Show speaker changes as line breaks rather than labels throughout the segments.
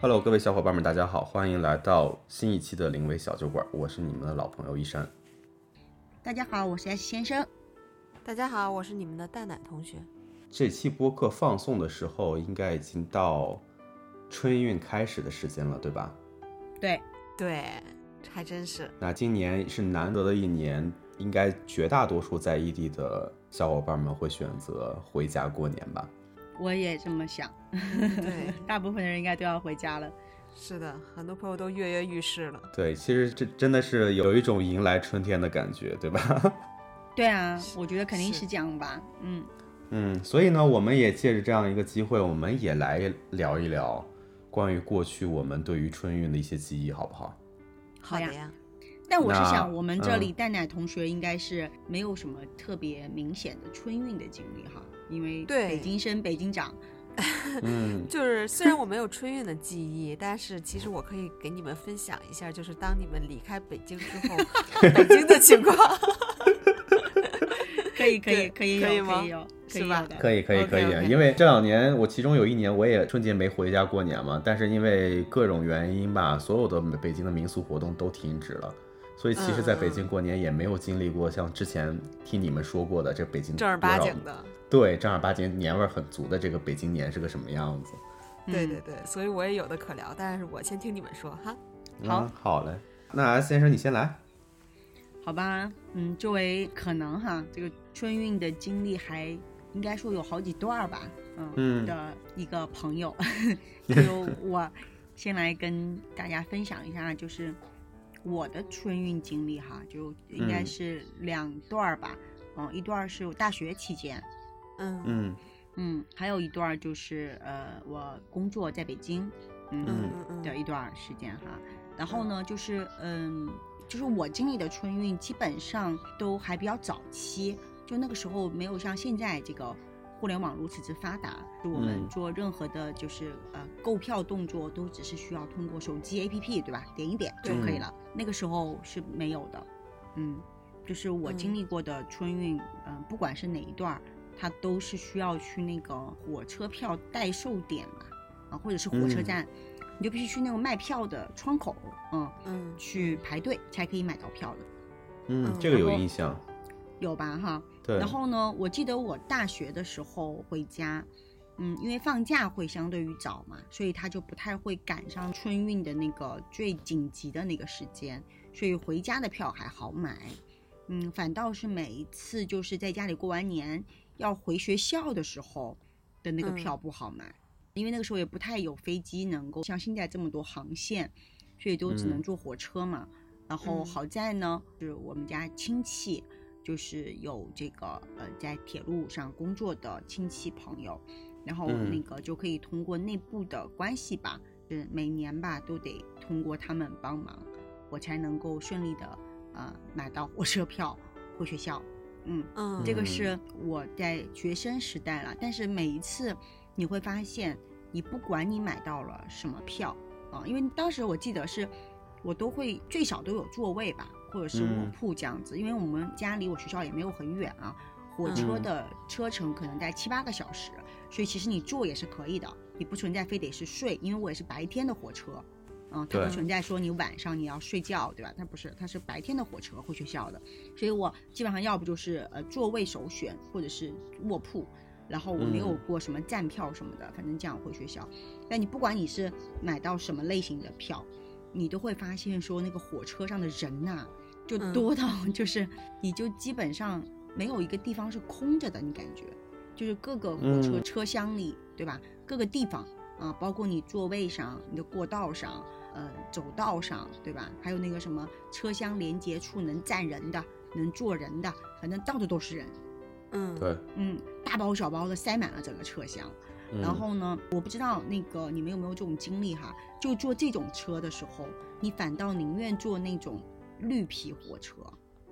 Hello，各位小伙伴们，大家好，欢迎来到新一期的临危小酒馆，我是你们的老朋友一山。
大家好，我是 S 先生。
大家好，我是你们的蛋奶同学。
这期播客放送的时候，应该已经到春运开始的时间了，对吧？
对，
对，这还真 是。
那今年是难得的一年，应该绝大多数在异地的小伙伴们会选择回家过年吧？
我也这么想。
对，
大部分人应该都要回家了。
是的，很多朋友都跃跃欲试了。
对，其实这真的是有一种迎来春天的感觉，对吧？
对啊，我觉得肯定
是
是这样吧。嗯，
嗯，所以呢，我们也借着这样一个机会，我们也来聊一聊关于过去我们对于春运的一些记忆，好不好？
好
呀
的呀，
但我是
那
想，我们这
嗯
里蛋奶同学应该是没有什么特别明显的春运的经历哈，因为
对
北京生北京长，
嗯，
就是虽然我没有春运的记忆，但是其实我可以给你们分享一下，就是当你们离开北京之 后，北京的情 况，
可以可以
对
可以有
可以
可
吗
以有可
是
以
吧
有的。
可以可以
OK，
可以
OK
因为这两年我其中有一年我也春节没回家过年嘛，但是因为各种原因吧，所有的北京的民俗活动都停止了，所以其实在
嗯嗯
北京过年也没有经历过像之前听你们说过的这北京
正儿
多少
八经的。
对正儿八经年味儿很足的这个北京年是个什么样子。
对对对，所以我也有的可聊，但是我先听你们说哈。
好
嗯、好嘞，那先生你先来。
好吧，嗯，作为可能哈，这个春运的经历还应该说有好几段儿吧，嗯，
嗯
的一个 朋友，就我先来跟大家分享一下，就是我的春运经历哈，就应该
嗯
是两段儿吧，嗯一段儿是我大学期间，
嗯
嗯
嗯，还有一段儿就是呃，我工作在北京，嗯
嗯嗯
的一段时间哈。然后呢，就是嗯，就是我经历的春运基本上都还比较早期，就那个时候没有像现在这个互联网如此之发达，就我们
嗯
做任何的就是呃购票动作都只是需要通过手机 APP 对吧，点一点就可以
嗯
了。那个时候是没有的，嗯，就是我经
嗯
历过的春运，嗯、不管是哪一段儿。它都是需要去那个火车票代售点嘛，啊，或者是火车
嗯
站，你就必须去那种卖票的窗口，嗯，
嗯
去排队才可以买到票的，
嗯
嗯，
这个有
然后
印象。
有吧哈？
对，
然后呢，我记得我大学的时候回家，嗯，因为放假会相对于早嘛，所以他就不太会赶上春运的那个最紧急的那个时间，所以回家的票还好买。嗯，反倒是每一次就是在家里过完年要回学校的时候的那个
嗯
票不好买，因为那个时候也不太有飞机能够像现在这么多航线，所以都只能
嗯
坐火车嘛。然后
嗯
好在呢，是我们家亲戚，就是有这个呃在铁路上工作的亲戚朋友，然后
嗯
那个就可以通过内部的关系吧，就是每年吧都得通过他们帮忙，我才能够顺利的呃买到火车票回学校。嗯，
嗯，
这个
嗯
是我在学生时代了，但是每一次你会发现，你不管你买到了什么票啊，因为当时我记得是，我都会最少都有座位吧，或者是卧
嗯
铺这样子，因为我们家离我学校也没有很远啊，火车
嗯
的车程可能在七八个小时，所以其实你坐也是可以的，你不存在非得是睡，因为我也是白天的火车，嗯，它不
对
存在说你晚上你要睡觉，对吧？它不是，它是白天的火车回学校的，所以我基本上要不就是呃座位首选，或者是卧铺，然后我没有
嗯
过什么站票什么的，反正这样回学校。但你不管你是买到什么类型的票，你都会发现说那个火车上的人呐、就
嗯
多到 就是你就基本上没有一个地方是空着的，你感觉就是各个火车
嗯
车厢里，对吧？各个地方啊，包括你座位上、你的过道上、呃走道上，对吧？还有那个什么车厢连接处能站人的、能坐人的，反正到处都是人，
嗯
对，
嗯，大包小包的塞满了整个车厢。
嗯
然后呢，我不知道那个你们有没有这种经历哈，就坐这种车的时候，你反倒宁愿坐那种绿皮火车。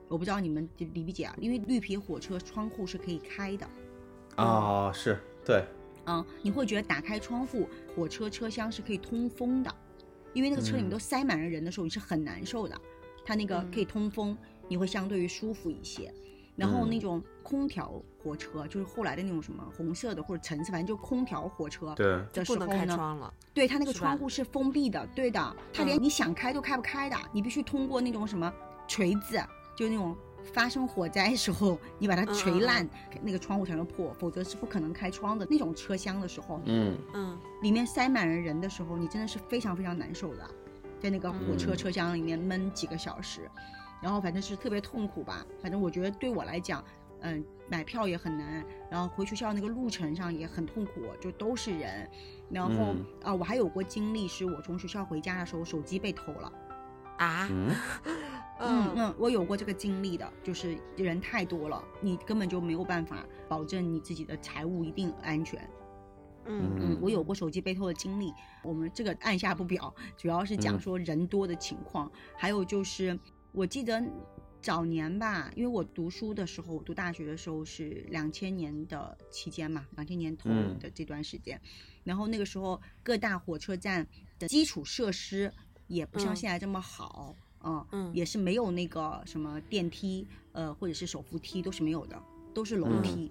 我不知道你们理不理解啊，因为绿皮火车窗户是可以开的，
啊、是对，
啊，你会觉得打开窗户，火车车厢是可以通风的，因为那个车里
嗯
面都塞满了人的时候，你是很难受的。它那个可以通风，你会相对于舒服一些。然后
嗯
那种空调火车，就是后来的那种什么红色的或者橙色，反正就空调火车
对，
的
不
时
能
候
开
呢，
窗了。
对它那个
是吧
窗户是封闭的，对的，它连
嗯
你想开都开不开的，你必须通过那种什么锤子，就那种发生火灾时候你把它
嗯
锤
嗯嗯
烂，那个窗户才能破，否则是不可能开窗的。那种车厢的时候，
嗯，
嗯，
里面塞满了人的时候，你真的是非常非常难受的，在那个火车
嗯
车厢里面闷几个小时，然后反正是特别痛苦吧。反正我觉得对我来讲，嗯，买票也很难，然后回学校那个路程上也很痛苦，就都是人。然后啊、
嗯
我还有过经历，是我从学校回家的时候手机被偷了。
啊，
嗯，
嗯
嗯，
嗯，我有过这个经历的，就是人太多了，你根本就没有办法保证你自己的财物一定安全。嗯
嗯，
我有过手机被偷的经历，我们这个按下不表，主要是讲
嗯
说人多的情况，还有就是我记得早年吧，因为我读书的时候，我读大学的时候是两千年的期间嘛，两千年头
嗯
的这段时间，然后那个时候各大火车站的基础设施也不像
嗯
现在这么好，嗯，
嗯
也是没有那个什么电梯，呃，或者是手扶梯都是没有的，都是楼
嗯
梯。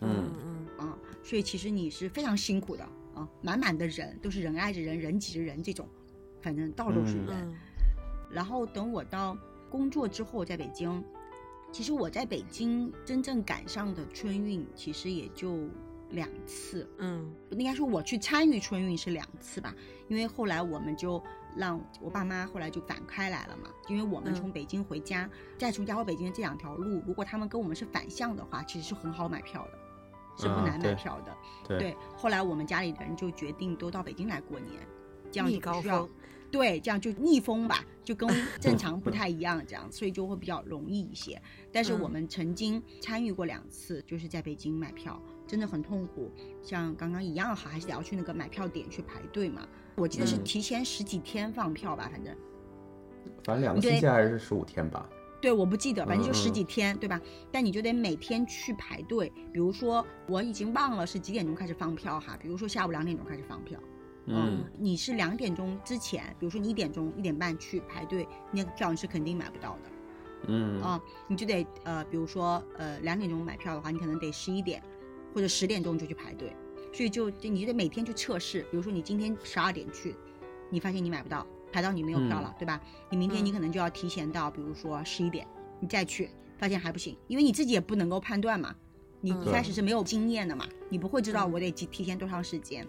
嗯，
嗯
啊，所以其实你是非常辛苦的啊，满满的人都是人挨着人，人挤着人这种，反正到处都是
嗯
人。
嗯
然后等我到工作之后，在北京，其实我在北京真正赶上的春运，其实也就两次，
嗯
应该说我去参与春运是两次吧，因为后来我们就让我爸妈后来就反开来了嘛，因为我们
嗯
从北京回家，再从家回北京这两条路，如果他们跟我们是反向的话，其实是很好买票的，是不
啊
难买
对
票的。
对，
对，后来我们家里的人就决定都到北京来过年，这样
逆
就不
高
需要
峰，
对，这样就逆风吧，就跟正常不太一样，这样，所以就会比较容易一些。但是我
嗯
们曾经参与过两次，就是在北京买票，真的很痛苦。像刚刚一样哈，还是得要去那个买票点去排队嘛。我记得是
嗯
提前十几天放票吧，反正
反正两个星期还是十五天吧。
对，我不记得，反正就
嗯
十
嗯
几天，对吧？但你就得每天去排队。比如说，我已经忘了是几点钟开始放票哈，比如说下午两点钟开始放票。
嗯，
你是两点钟之前，比如说你一点钟、一点半去排队，那个票你是肯定买不到的
嗯
啊、你就得呃，比如说呃两点钟买票的话，你可能得十一点或者十点钟就去排队，所以就就你就得每天去测试，比如说你今天十二点去，你发现你买不到，排到你没有票了，对吧？你明天你
嗯
可能就要提前到，比如说十一点，你再去，发现还不行，因为你自己也不能够判断嘛，你
嗯
一开始是没有经验的嘛，你不会知道
嗯
我得提提前多长时间，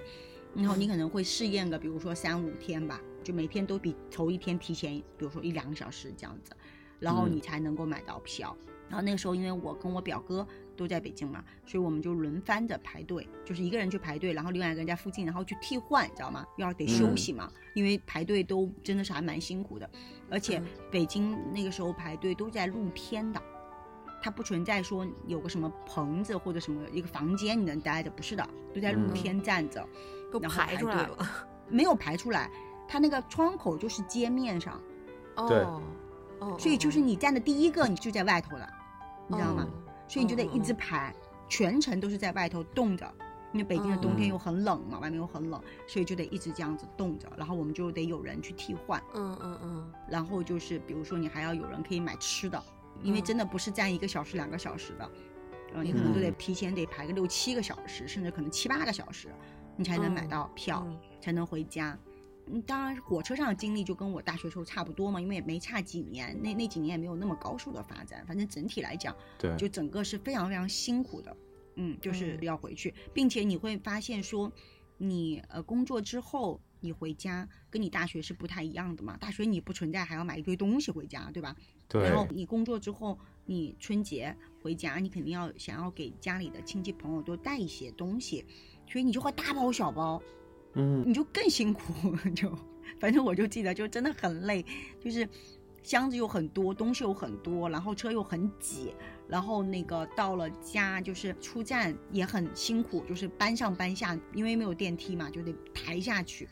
然后你可能会试验个，比如说三五天吧，就每天都比头一天提前，比如说一两个小时这样子，然后
嗯
你才能够买到票。然后那个时候，因为我跟我表哥都在北京嘛，所以我们就轮番着排队，就是一个人去排队，然后另外一个人在附近，然后去替换，你知道吗？要得休
嗯
息嘛，因为排队都真的是还蛮辛苦的，而且
嗯
北京那个时候排队都在露天的，它不存在说有个什么棚子或者什么一个房间你能待着，不是的，都在露
嗯
天站着，
都
然后
排
排
出来
队
了。
没有排出来，它那个窗口就是街面上，
对
哦哦，
所以就是
哦
你站的第一个，你就在外头了，你知道吗？？
哦
所以你就得一直
嗯嗯
排，全程都是在外头冻着。因为北京的冬天
嗯
又很冷嘛，外面又很冷，所以就得一直这样子冻着，然后我们就得有人去替换。
嗯嗯嗯
然后就是比如说你还要有人可以买吃的，因为
嗯
真的不是站一个小时两个小时的，然后你可能都
嗯
得提前得排个六七个小时，甚至可能七八个小时，你才能买
嗯
到票，
嗯
才能回家。嗯，当然，火车上的经历就跟我大学时候差不多嘛，因为也没差几年，那那几年也没有那么高速的发展。反正整体来讲，
对，
就整个是非常非常辛苦的，嗯，就是
嗯
要回去，并且你会发现说，你呃工作之后你回家跟你大学是不太一样的嘛，大学你不存在还要买一堆东西回家，对吧？
对
然，后你工作之后，你春节回家，你肯定要想要给家里的亲戚朋友多带一些东西，所以你就会大包小包，
嗯
你就更辛苦， 就反正我就记得，就真的很累，就是箱子又很多，东西又很多，然后车又很挤，然后那个到了家就是出站也很辛苦，就是搬上搬下，因为没有电梯嘛，就得抬下去。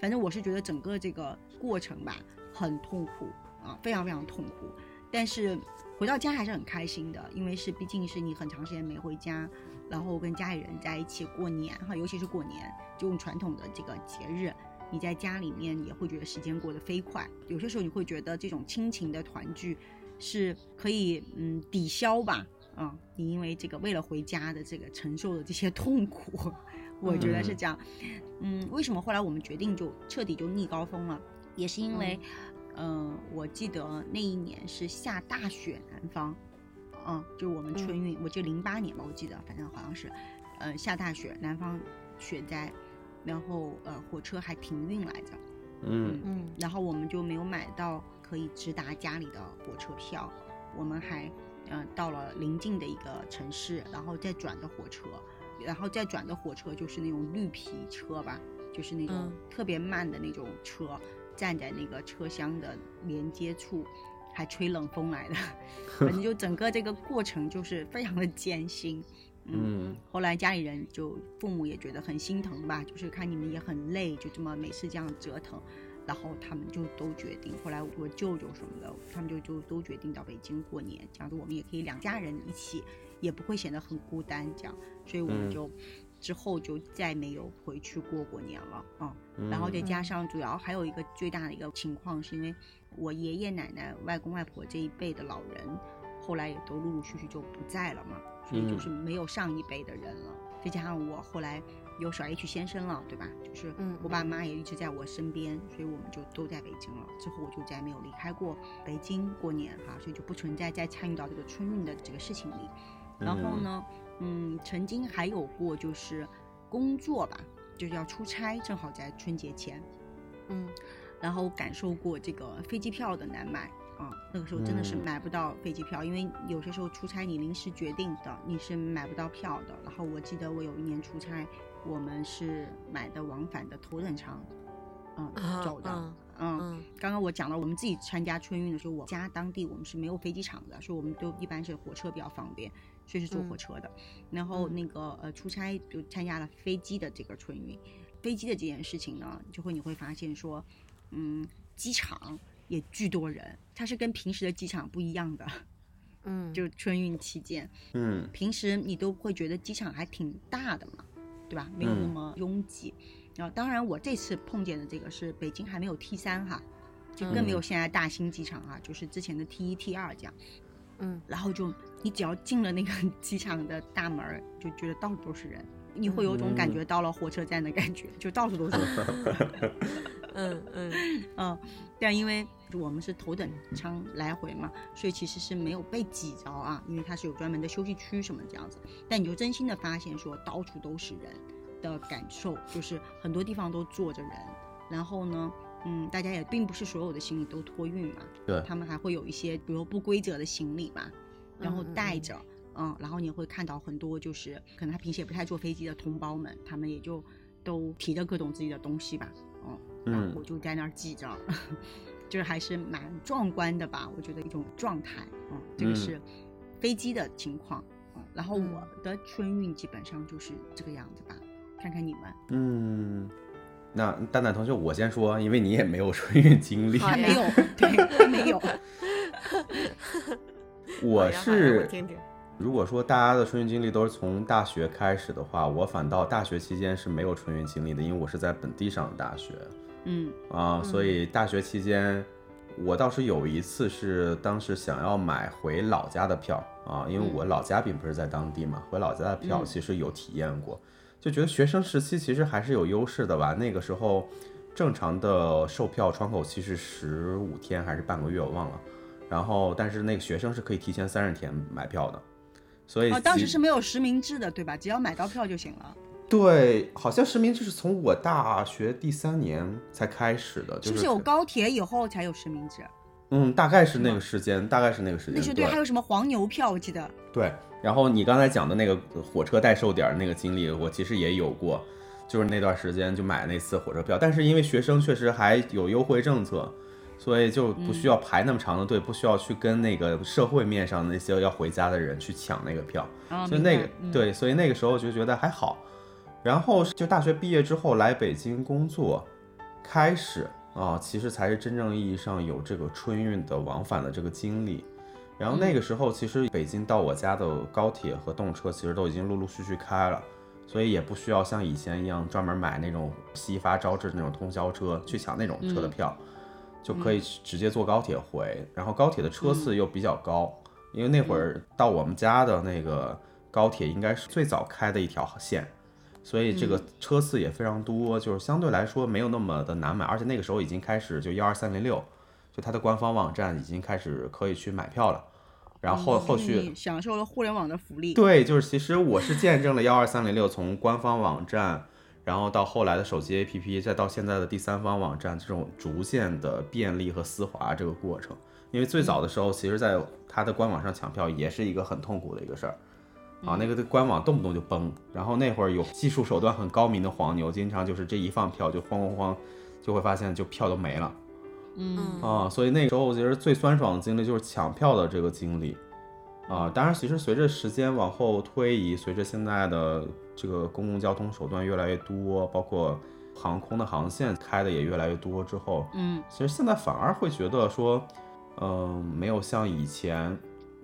反正我是觉得整个这个过程吧，很痛苦啊，非常非常痛苦。但是回到家还是很开心的，因为是毕竟是你很长时间没回家，然后跟家里人在一起过年哈，尤其是过年这种传统的这个节日，你在家里面也会觉得时间过得飞快。有些时候你会觉得这种亲情的团聚是可以嗯抵消吧，嗯，你因为这个为了回家的这个承受的这些痛苦，我觉得是这样。嗯，为什么后来我们决定就彻底就逆高峰了？也是因为，嗯、呃，我记得那一年是下大雪，南方，嗯，就我们春运，我记得零八年吧，我记得，反正好像是，呃，下大雪，南方雪灾，然后呃，火车还停运来着，
嗯
嗯
然后我们就没有买到可以直达家里的火车票，我们还呃到了邻近的一个城市，然后再转的火车，然后再转的火车就是那种绿皮车吧，就是那种
嗯
特别慢的那种车，站在那个车厢的连接处，还吹冷风来的，反正就整个这个过程就是非常的艰辛，
嗯
后来家里人就父母也觉得很心疼吧，就是看你们也很累，就这么每次这样折腾，然后他们就都决定，后来我舅舅什么的，他们就就都决定到北京过年，这样子我们也可以两家人一起，也不会显得很孤单，这样，所以我们
嗯
就、之后就再没有回去过过年了啊、
嗯，
然后再
这
加上主要还有一个最大的一个情况，是因为我爷爷奶奶、外公外婆这一辈的老人，后来也都陆陆续续就不在了嘛，所以就
嗯
是没有上一辈的人了。再加上我后来有小 H 先生了，对吧？就是
嗯
我爸妈也一直在我身边，所以我们就都在北京了。之后我就再没有离开过北京过年哈、所以就不存在再参与到这个春运的这个事情里。然后呢，嗯，曾经还有过就是工作吧，就是要出差，正好在春节前，
嗯
然后感受过这个飞机票的难买啊，那个时候真的是
嗯
买不到飞机票，因为有些时候出差你临时决定的，你是买不到票的。然后我记得我有一年出差，我们是买的往返的头等舱，嗯，
啊
走的，
嗯
嗯
嗯
刚刚我讲了，我们自己参加春运的时候，我家当地我们是没有飞机场的，所以我们都一般是火车比较方便，所以是坐火车的。然后那个呃出差就参加了飞机的这个春运，飞机的这件事情呢，就会你会发现说，嗯，机场也巨多人，它是跟平时的机场不一样的，
嗯，
就是春运期间，
嗯
平时你都会觉得机场还挺大的嘛，对吧？没有那么拥挤。然后，当然我这次碰见的这个是北京还没有 T 三哈，就更没有
嗯
现在大兴机场啊，就是之前的 T 一、T 二这样。
嗯
然后就你只要进了那个 机场的大门儿，就觉得到处都是人，你会有种感觉到了火车站的感觉，就到处都是人。
嗯嗯
嗯，但因为我们是头等舱来回嘛，所以其实是没有被挤着啊，因为它是有专门的休息区什么这样子。但你就真心的发现说，到处都是人的感受，就是很多地方都坐着人，然后呢。嗯，大家也并不是所有的行李都托运嘛，
对
他们还会有一些，比如不规则的行李吧，然后
嗯嗯
带
嗯
着，嗯，然后你会看到很多就是可能他平时也不太坐飞机的同胞们，他们也就都提着各种自己的东西吧，嗯，然后
嗯
我就在那儿记着， 就是还是蛮壮观的吧，我觉得一种状态，嗯，这个
嗯
是飞机的情况，嗯，然后
嗯
我的春运基本上就是这个样子吧，看看你们，
嗯，那蛋蛋同学我先说，因为你也没有春运经历，
好
他
呀
没有，对，他没有，
我
我
是
听听，
如果说大家的春运经历都是从大学开始的话，我反倒大学期间是没有春运经历的，因为我是在本地上的大学
嗯
啊，
嗯
所以大学期间我倒是有一次是当时想要买回老家的票啊，因为
嗯
我老家并不是在当地嘛，回老家的票
嗯
其实有体验过，就觉得学生时期其实还是有优势的吧，那个时候。正常的售票窗口期是十五天还是半个月，我忘了。然后，但是那个学生是可以提前三十天买票的，所以
哦，当
即
时是没有实名制的，对吧？只要买到票就行了，
对，好像实名制是从我大学第三年才开始的，就是
不是有高铁以后才有实名制？
嗯，大概是
吗
那个时间，大概是那个时
那
间，
时候对，
嗯
还
对
有什么黄牛票，我记得，
对。然后你刚才讲的那个火车代售点儿那个经历，我其实也有过，就是那段时间就买那次火车票，但是因为学生确实还有优惠政策，所以就不需要排那么长的队，不需要去跟那个社会面上那些要回家的人去抢那个票。
啊，
所以
明
那
白
个、
嗯
对，所以那个时候就觉得还好。然后就大学毕业之后来北京工作，开始啊，其实才是真正意义上有这个春运的往返的这个经历。然后
嗯
那个时候，其实北京到我家的高铁和动车其实都已经陆陆续续开了，所以也不需要像以前一样专门买那种西发招致那种通宵车去抢那种
嗯
车的票，就可以直接坐高铁回。然后高铁的车次又比较高，因为那会儿到我们家的那个高铁应该是最早开的一条线，所以这个车次也非常多，就是相对来说没有那么的难买，而且那个时候已经开始就幺二三零六，就它的官方网站已经开始可以去买票了，然后后
哦
后续、
你嗯享受了互联网的福利，
对，就是其实我是见证了幺二三零六从官方网站，然后到后来的手机 APP，再到现在的第三方网站这种逐渐的便利和丝滑这个过程。因为最早的时候，其实在它的官网上抢票也是一个很痛苦的一个事儿。啊，那个的官网动不动就崩，然后那会儿有技术手段很高明的黄牛，经常就是这一放票就慌慌慌，就会发现就票都没了。
嗯，
啊，所以那个时候我觉得最酸爽的经历就是抢票的这个经历，啊，当然其实随着时间往后推移，随着现在的这个公共交通手段越来越多，包括航空的航线开的也越来越多之后，
嗯，
其实现在反而会觉得说，嗯、没有像以前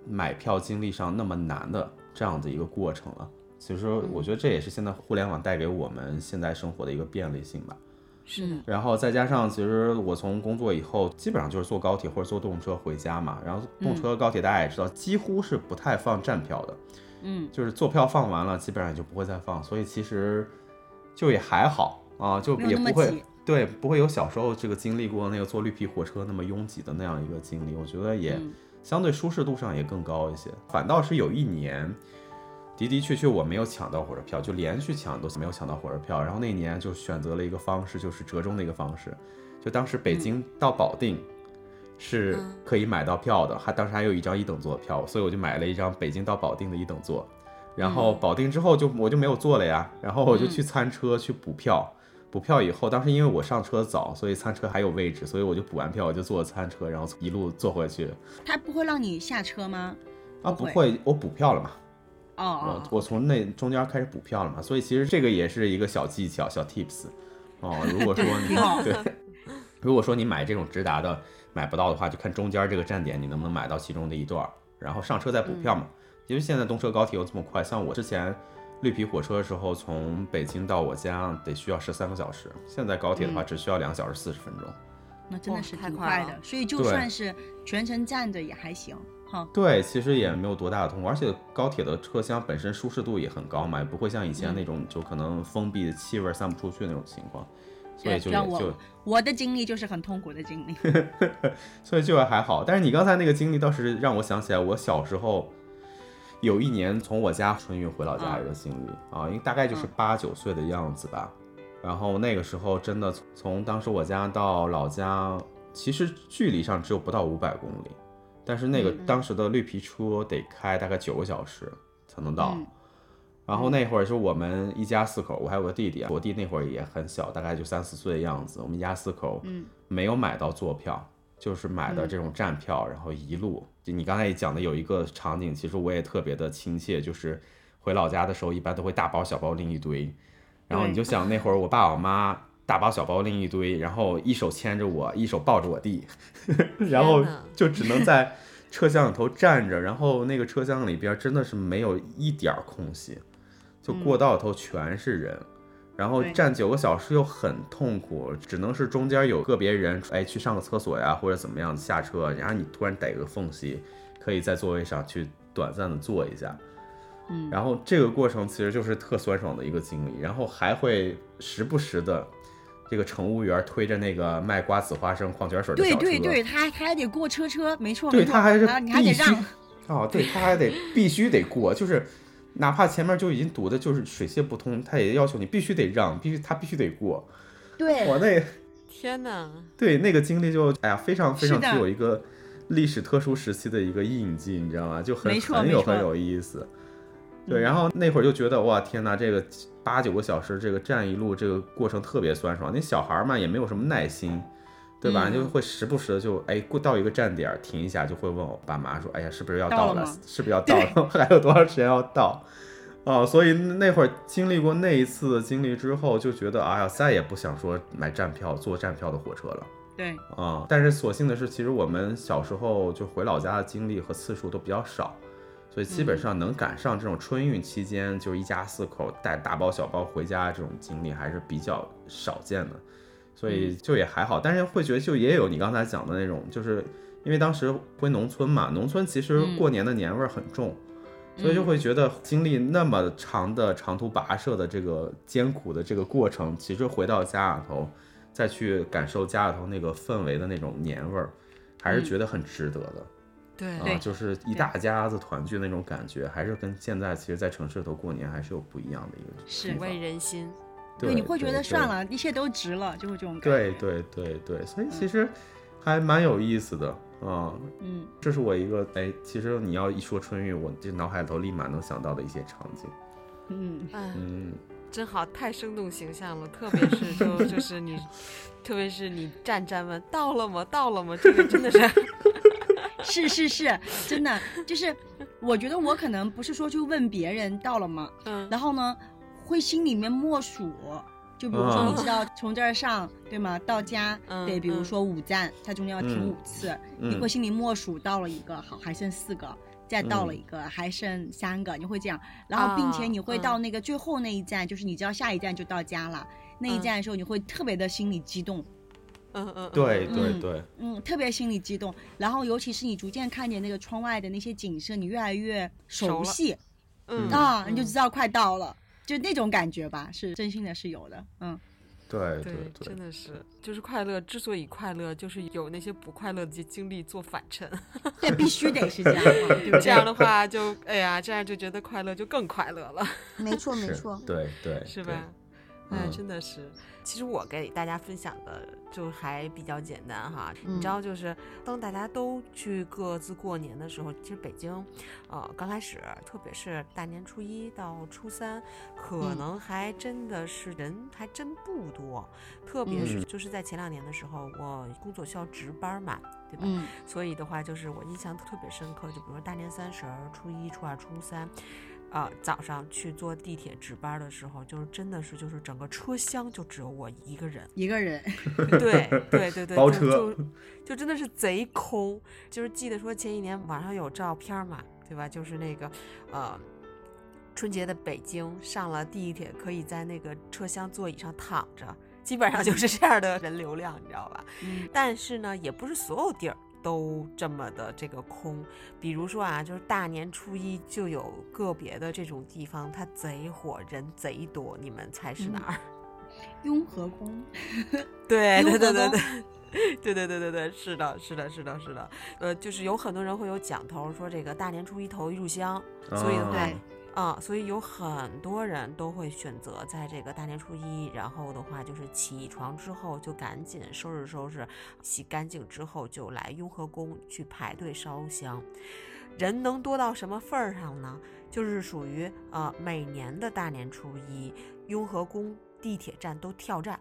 买票经历上那么难的这样的一个过程了。所以说，我觉得这也是现在互联网带给我们现在生活的一个便利性吧。
是
嗯
的，
然后再加上，其实我从工作以后，基本上就是坐高铁或者坐动车回家
嗯
嘛。然后动车、高铁大家也知道，几乎是不太放站票的，
嗯，
就是坐票放完了，基本上也就不会再放。所以其实就也还好啊，就
没有
也
那么
不
挤
会，对，不会有小时候这个经历过那个坐绿皮火车那么拥挤的那样一个经历。我觉得也
嗯
相对舒适度上也更高一些。反倒是有一年，的的确确我没有抢到火车票，就连续抢都没有抢到火车票。然后那年就选择了一个方式，就是折中的一个方式，就当时北京到保定。是
嗯
可以买到票的，还当时还有一张一等座的票，所以我就买了一张北京到保定的一等座，然后保定之后就我就没有坐了呀，然后我就去餐车去补票，补票以后，当时因为我上车早，所以餐车还有位置，所以我就补完票我就坐餐车，然后一路坐回去。
他不会让你下车吗？
啊，不
不会
会，我补票了嘛，
哦
我，我从那中间开始补票了嘛，所以其实这个也是一个小技巧、小 tips 哦。如果说 你 对，如果说你买这种直达的买不到的话，就看中间这个站点你能不能买到其中的一段儿，然后上车再补
嗯
票嘛。因为现在动车高铁又这么快，像我之前绿皮火车的时候，从北京到我家得需要十三个小时，现在高铁的
嗯
话只需要两小时四十分钟。
那真的
哇
是
太
挺
快
快
了
的，所以就
对
算是全程站着也还行，哈，
对，其实也没有多大的痛苦，而且高铁的车厢本身舒适度也很高嘛，也不会像以前
嗯
那种就可能封闭的气味儿散不出去那种情况，所以就也
让
就
我我的经历就是很痛苦的经历，
所以就还好。但是你刚才那个经历倒是让我想起来，我小时候有一年从我家春运回老家的一个经历啊，因为大概就是
嗯
八九岁的样子吧。然后那个时候真的从从当时我家到老家，其实距离上只有不到五百公里，但是那
嗯
个当时的绿皮车得开大概九个小时才能到。
嗯
然后那会儿是我们一家四口，我还有个弟弟，我弟那会儿也很小，大概就三四岁的样子。我们一家四口，
嗯，
没有买到坐票，就是买
嗯
的这种站票，然后一路。就你刚才也讲的有一个场景，其实我也特别的亲切，就是回老家的时候，一般都会大包小包拎一堆，然后你就想那会儿我爸我妈大包小包拎一堆，然后一手牵着我，一手抱着我弟， 然后
天哪
就只能在车厢里头站着，然后那个车厢里边真的是没有一点儿空隙，就
嗯
过道里头全是人。然后
对
站九个小时又很痛苦，只能是中间有个别人哎去上个厕所呀，或者怎么样下车，然后你突然逮个缝隙，可以在座位上去短暂的坐一下。
嗯
然后这个过程其实就是特酸爽的一个经历，然后还会时不时的，这个乘务员推着那个卖瓜子、花生、矿泉水的
对
小车，
对对，他还他还得过车车，没错，
对
没错
他还是
然后你还得
必须
让，
哦，对，他 还得必须得过，就是哪怕前面就已经堵的就是水泄不通，他也要求你必须得让，必须他必须得过。
对，
我那
天哪，
对那个经历就哎呀，非常非常
是的
具有一个历史特殊时期的一个印记，你知道吗？就很
没错
很
没
有
错嗯
很有意思。对，然后那会儿就觉得哇天哪，这个八九个小时这个站一路这个过程特别酸爽。那小孩儿嘛也没有什么耐心，对吧？
嗯
就会时不时的就哎过到一个站点儿停一下，就会问我爸妈说，哎呀是不是要
到
到
了
了？
吗
是不是要到了？ 还有多长时间要到？哦，所以那会儿经历过那一次的经历之后，就觉得哎呀再也不想说买站票坐站票的火车了。
对，
啊、但是所幸的是，其实我们小时候就回老家的经历和次数都比较少，所以基本上能赶上这种春运期间，就是一家四口带大包小包回家这种经历还是比较少见的，所以就也还好。但是会觉得就也有你刚才讲的那种，就是因为当时回农村嘛，农村其实过年的年味儿很重，所以就会觉得经历那么长的长途跋涉的这个艰苦的这个过程，其实回到家里头再去感受家里头那个氛围的那种年味儿，还是觉得很值得的。
嗯对
啊，就是一大家子团聚那种感觉，还是跟现在其实，在城市里头过年还是有不一样的一个地
是
抚
方
慰人心。
对，
你会觉
对
得
对
算了，一切都值了，就会这种感
对
觉。，
对对对，所以其实还蛮有意思的啊、嗯
嗯，
这是我一个哎，其实你要一说春运，我这脑海里头立马能想到的一些场景。
嗯，
嗯，
嗯，
真好，太生动形象了。特别是就就是你，特别是你站站问到了吗？到了吗？这个真的是
是是是，真的就是，我觉得我可能不是说去问别人到了吗？
嗯
然后呢，会心里面默数，就比如说
嗯
你知道从这儿上对吗？到家
嗯
得比如
嗯
说五站，它中间要停
嗯
五次，你
嗯
会心里默数到了一个，好还剩四个。再到了
嗯
一个，还剩三个，你会这样，然后并且
啊
你会到那个最后那一站，就是你知道下一站就到家了，那一
嗯
站的时候你会特别的心里激动，
嗯嗯，
对
嗯
对
嗯
对，
嗯，特别心里激动。然后，尤其是你逐渐看见那个窗外的那些景色，你越来越
熟
熟
了
悉
嗯
啊，
嗯
你就知道快到了，就那种感觉吧，是真心的，是有的。嗯，
对
对
对
真，的是，就是快乐之所以快乐，就是有那些不快乐的经历做反衬，
对，必须得是这样，啊，对不
这样
对？
的话就哎呀，这样就觉得快乐就更快乐了，
没错没
是
错，
对对，
是
对
吧？？哎，
嗯
真的是。其实我给大家分享的就还比较简单哈，你知
嗯
道，就是当大家都去各自过年的时候，其实北京，呃，刚开始，特别是大年初一到初三，可
嗯
能还真的是人还真不多，特别是就是在前两年的时候，我工作需要值班嘛，对吧？
嗯，
所以的话，就是我印象特别深刻，就比如说大年三十儿、初一、初二、初三，呃，早上去坐地铁值班的时候，就是真的是就是整个车厢就只有我一个 人
一个人，
对对对对，
包
就
车
就就真的是贼空。就是记得说前几年网上有照片儿嘛，对吧？就是那个呃。春节的北京上了地铁，可以在那个车厢座椅上躺着，基本上就是这样的人流量，你知道吧？
嗯
但是呢，也不是所有地儿都这么的这个空。比如说啊，就是大年初一就有个别的这种地方，它贼火，人贼多。你们猜是哪儿？
雍和宫，雍
对对对
和
对
宫
对。 对对对对对，是的，是的，是的，是的，呃，就是有很多人会有讲头，说这个大年初一头一炷香，所以的话
啊
对
啊，所以有很多人都会选择在这个大年初一，然后的话就是起床之后就赶紧收拾收拾，洗干净之后就来雍和宫去排队烧香。人能多到什么份儿上呢？就是属于呃每年的大年初一，雍和宫地铁站都跳站，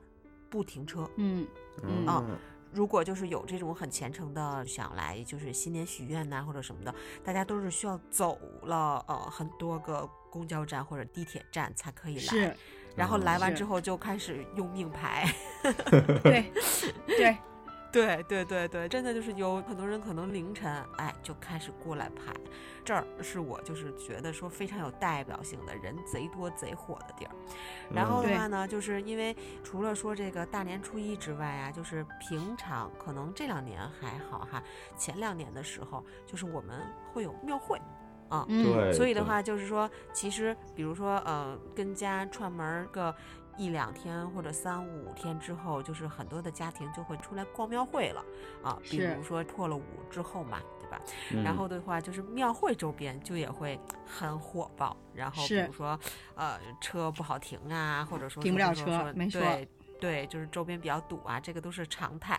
不停车。
嗯嗯
嗯
如果就是有这种很虔诚的想来就是新年许愿呐、或者什么的，大家都是需要走了呃很多个公交站或者地铁站才可以来，
是，
然后来完
是
之后就开始用命牌。
对对，
对对对对，真的就是有很多人可能凌晨哎就开始过来排，这儿是我就是觉得说非常有代表性的人贼多贼火的地儿。然后的
对
话呢，就是因为除了说这个大年初一之外啊，就是平常可能这两年还好哈，前两年的时候就是我们会有庙会。啊，
嗯
对，
所以的
对，
话就是说，其实比如说，呃，跟家串门儿个一两天或者三五天之后，就是很多的家庭就会出来逛庙会了啊。比
是
如说破了五之后嘛，对吧？
嗯
然后的话就是庙会周边就也会很火爆，然后比
是
如说，呃，车不好停啊，或者说
停不
说
了
说
车
说
没错
对对，就是周边比较堵啊，这个都是常态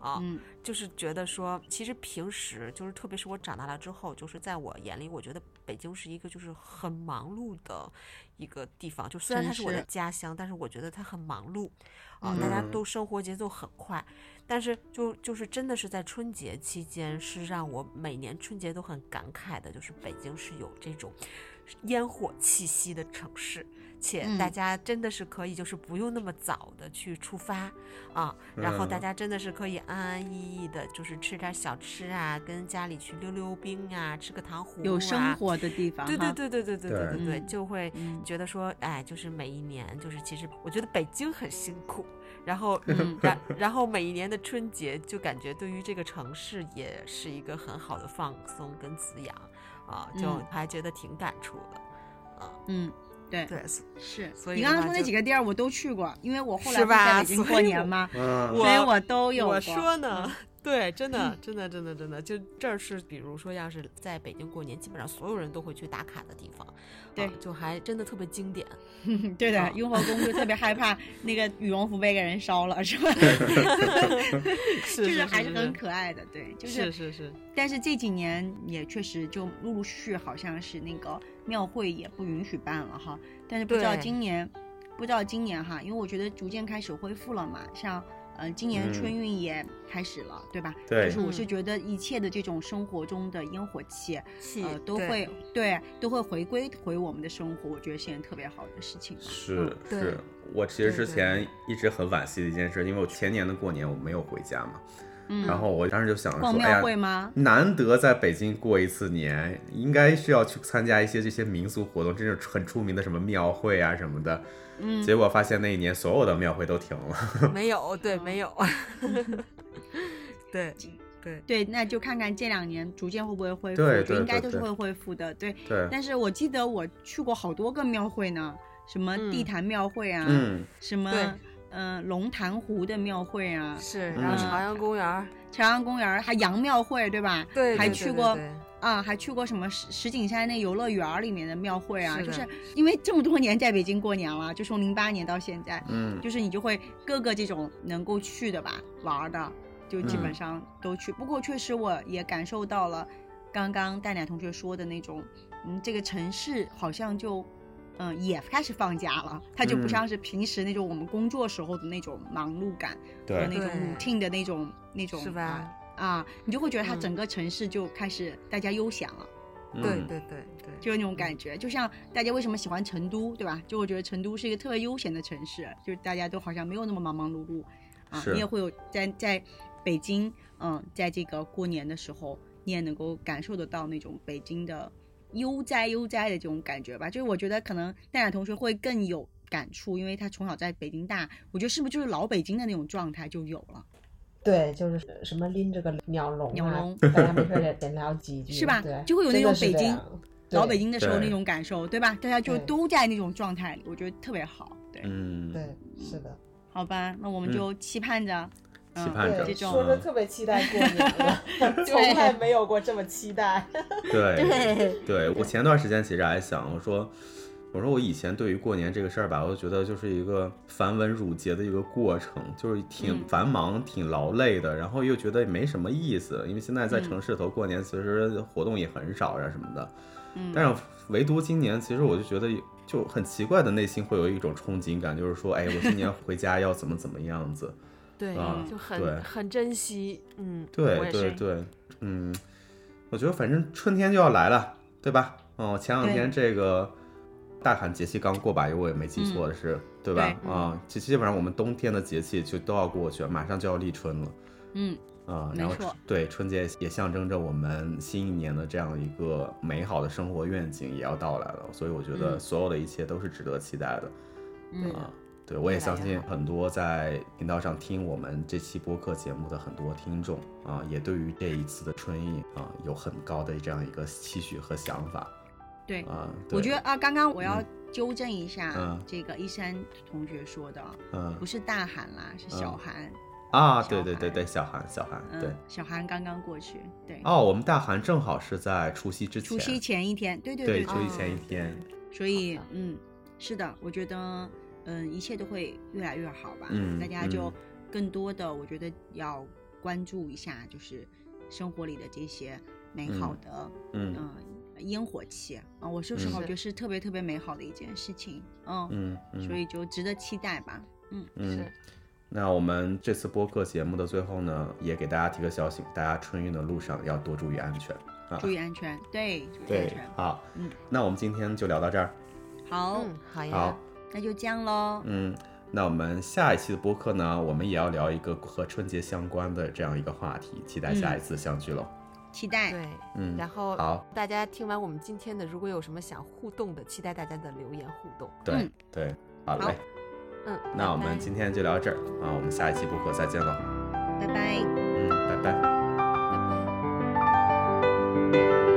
啊。
嗯
就是觉得说，其实平时就是，特别是我长大了之后，就是在我眼里，我觉得北京是一个就是很忙碌的一个地方。就虽然
真
它是我的
是
家乡，但是我觉得它很忙碌，啊、大家
嗯
都生活节奏很快。但是就就是真的是在春节期间，是让我每年春节都很感慨的，就是北京是有这种烟火气息的城市。且大
嗯
家真的是可以，就是不用那么早的去出发啊，然后大
嗯
家真的是可以安安逸逸的，就是吃点小吃啊，跟家里去溜溜冰啊，吃个糖葫芦啊，
有生活的地方，
对对
哈，
对对对对对对对，
嗯
就会
嗯
觉得说，哎，就是每一年，就是其实我觉得北京很辛苦，然后
嗯
然然后每一年的春节，就感觉对于这个城市也是一个很好的放松跟滋养啊，就
嗯
还觉得挺感触的。
嗯，对，
对，
是
所以
你
的
刚刚
话
说那
就
几个地儿我都去过，因为我后来
是
不是
吧
在北京
所
过
以
年
我
嘛，
嗯
我
所以我都有
我
过。嗯
说呢，对，真的，真的，真的，真的，就这儿是，比如说，要是在北京过年，基本上所有人都会去打卡的地方，
对
啊就还真的特别经典。
嗯，对的
啊，
雍和宫就特别害怕那个羽绒服被给人烧了，是吧？
是
就是是还
是
是很可爱的，对，就是
是是，
但是这几年也确实就陆陆续续好像是那个庙会也不允许办了哈，但是不知道
对
今年，不知道今年哈，因为我觉得逐渐开始恢复了嘛，像呃今年
嗯
春运也开始了，对吧？
对
就是我是
嗯
觉得一切的这种生活中的烟火气，
气
呃都会对都会回归回我们的生活，我觉得是件特别好的事情啊吧。
是
对
是，我其实
对
之
对
前一直很惋惜的一件事，因为我前年的过年我没有回家嘛，
嗯，
然后我当时就想着
逛
说，哎
庙会
呀，
吗？
难得在北京过一次年，应该是要去参加一些这些民俗活动，这种很出名的什么庙会啊什么的。
嗯
结果发现那一年所有的庙会都停了。
没有，
嗯
对，没有，对对，
对，那就看看这两年逐渐会不会恢复，
对
就
对
应该
对
都是
对
会恢复的。对，
对，
但是我记得我去过好多个庙会呢，什么
嗯
地坛庙会啊，
嗯，
什么
对
嗯、呃龙潭湖的庙会啊，
是，然后朝阳公园儿，
朝阳公园儿还杨庙会对吧？
对，
还
对
去
对
过
对
啊，还去过什么石石景山那游乐园儿里面的庙会啊，
是
就
的
是因为这么多年在北京过年了，就从零八年到现在，
嗯，
就是你就会各个这种能够去的吧，玩儿的就基
嗯
本上都去。不过确实我也感受到了刚刚蛋奶同学说的那种，嗯，这个城市好像就。嗯，也开始放假了，它就不
嗯
像是平时那种我们工作时候的那种忙碌感和那
对，
种
对
routine 的那种那种
是吧？
啊啊，你就会觉得它
嗯
整个城市就开始大家悠闲了，
对
嗯
对对对，
就是那种感觉，就像大家为什么喜欢成都，对吧？就我觉得成都是一个特别悠闲的城市，就是大家都好像没有那么忙忙碌碌啊。
是
你也会有在在北京，嗯，在这个过年的时候，你也能够感受得到那种北京的悠哉悠哉的这种感觉吧。就是我觉得可能戴冉同学会更有感触，因为他从小在北京大，我觉得是不是就是老北京的那种状态就有了，
对，就是什么拎着个鸟笼、啊，
鸟笼
大家没事儿得得聊几句，
是吧
对，
就会有那
真
种
的是
北
这
京
样
老北
对
京的时候
对
那种感受，对吧？大家就
对
都在那种状态里，我觉得特别好。对，
嗯，
对，是的，
好吧，那我们就期盼着，嗯
期盼着
这
对，
种
说着特别期待过年 了，从来没有过这么期待。
对
对，
对，我前段时间其实还想，我说，我说我以前对于过年这个事儿吧，我就觉得就是一个繁文缛节的一个过程，就是挺
嗯
繁忙、挺劳累的，然后又觉得没什么意思，因为现在在
嗯
城市头过年其实活动也很少啊什么的，
嗯，
但是唯独今年，其实我就觉得就很奇怪的内心会有一种憧憬感，就是说，哎，我今年回家要怎么怎么样子，
对
啊，
就
对
很很珍惜，嗯，我
对
也
对
是，
对，嗯，我觉得反正春天就要来了，对吧？嗯，前两天这个大寒节气刚过吧，我也没记错的是，对吧？
对
啊，其基本上我们冬天的节气就都要过去了，马上就要立春了。
嗯，
啊、
没
然后
错
对春节也象征着我们新一年的这样一个美好的生活愿景也要到来了，所以我觉得
嗯
所有的一切都是值得期待的。
嗯
啊，对我也
越来
相
越
信
好
很多在频道上听我们这期播客节目的很多听众啊，也对于这一次的春运啊有很高的这样一个期许和想法
对，
啊。
我
对
觉得，啊，刚刚我要纠正一下
嗯
这个一山同学说的，不
嗯
是大寒啦，是小寒，
啊，
小
对对对
孩
对，小韩小韩对
嗯，小寒刚刚过去，对，
哦，我们大韩正好是在除夕之前，
除夕前一嗯天，对对
对，
对
除夕前一
哦
天，
所以
好的
嗯，是的，我觉得嗯，一切都会越来越好吧。
嗯
大家就
嗯
更多的，我觉得要关注一下，就是生活里的这些美好的
嗯
嗯烟火气啊、我说实
嗯
话，我
是
觉得是特别特别美好的一件事情。嗯，
嗯嗯，
所以就值得期待吧。嗯，
嗯
是。
那我们这次播客节目的最后呢，也给大家提个小醒，大家春运的路上要多注意安全啊！
注意安全，对，注意安
对
全，。
好，
嗯，
那我们今天就聊到这儿。
好，
嗯，好呀
好，，
那就这样喽。
嗯，那我们下一期的播客呢，我们也要聊一个和春节相关的这样一个话题，期待下一次相聚喽。
期待，
对。
嗯，
然后
好，
大家听完我们今天的，如果有什么想互动的，期待大家的留言互动。
对、
嗯
对，好嘞，
好
嗯，
那我
拜
们
拜
今天就聊到这儿啊，我们下一期播客再见了，
拜拜。
嗯，拜拜。
拜拜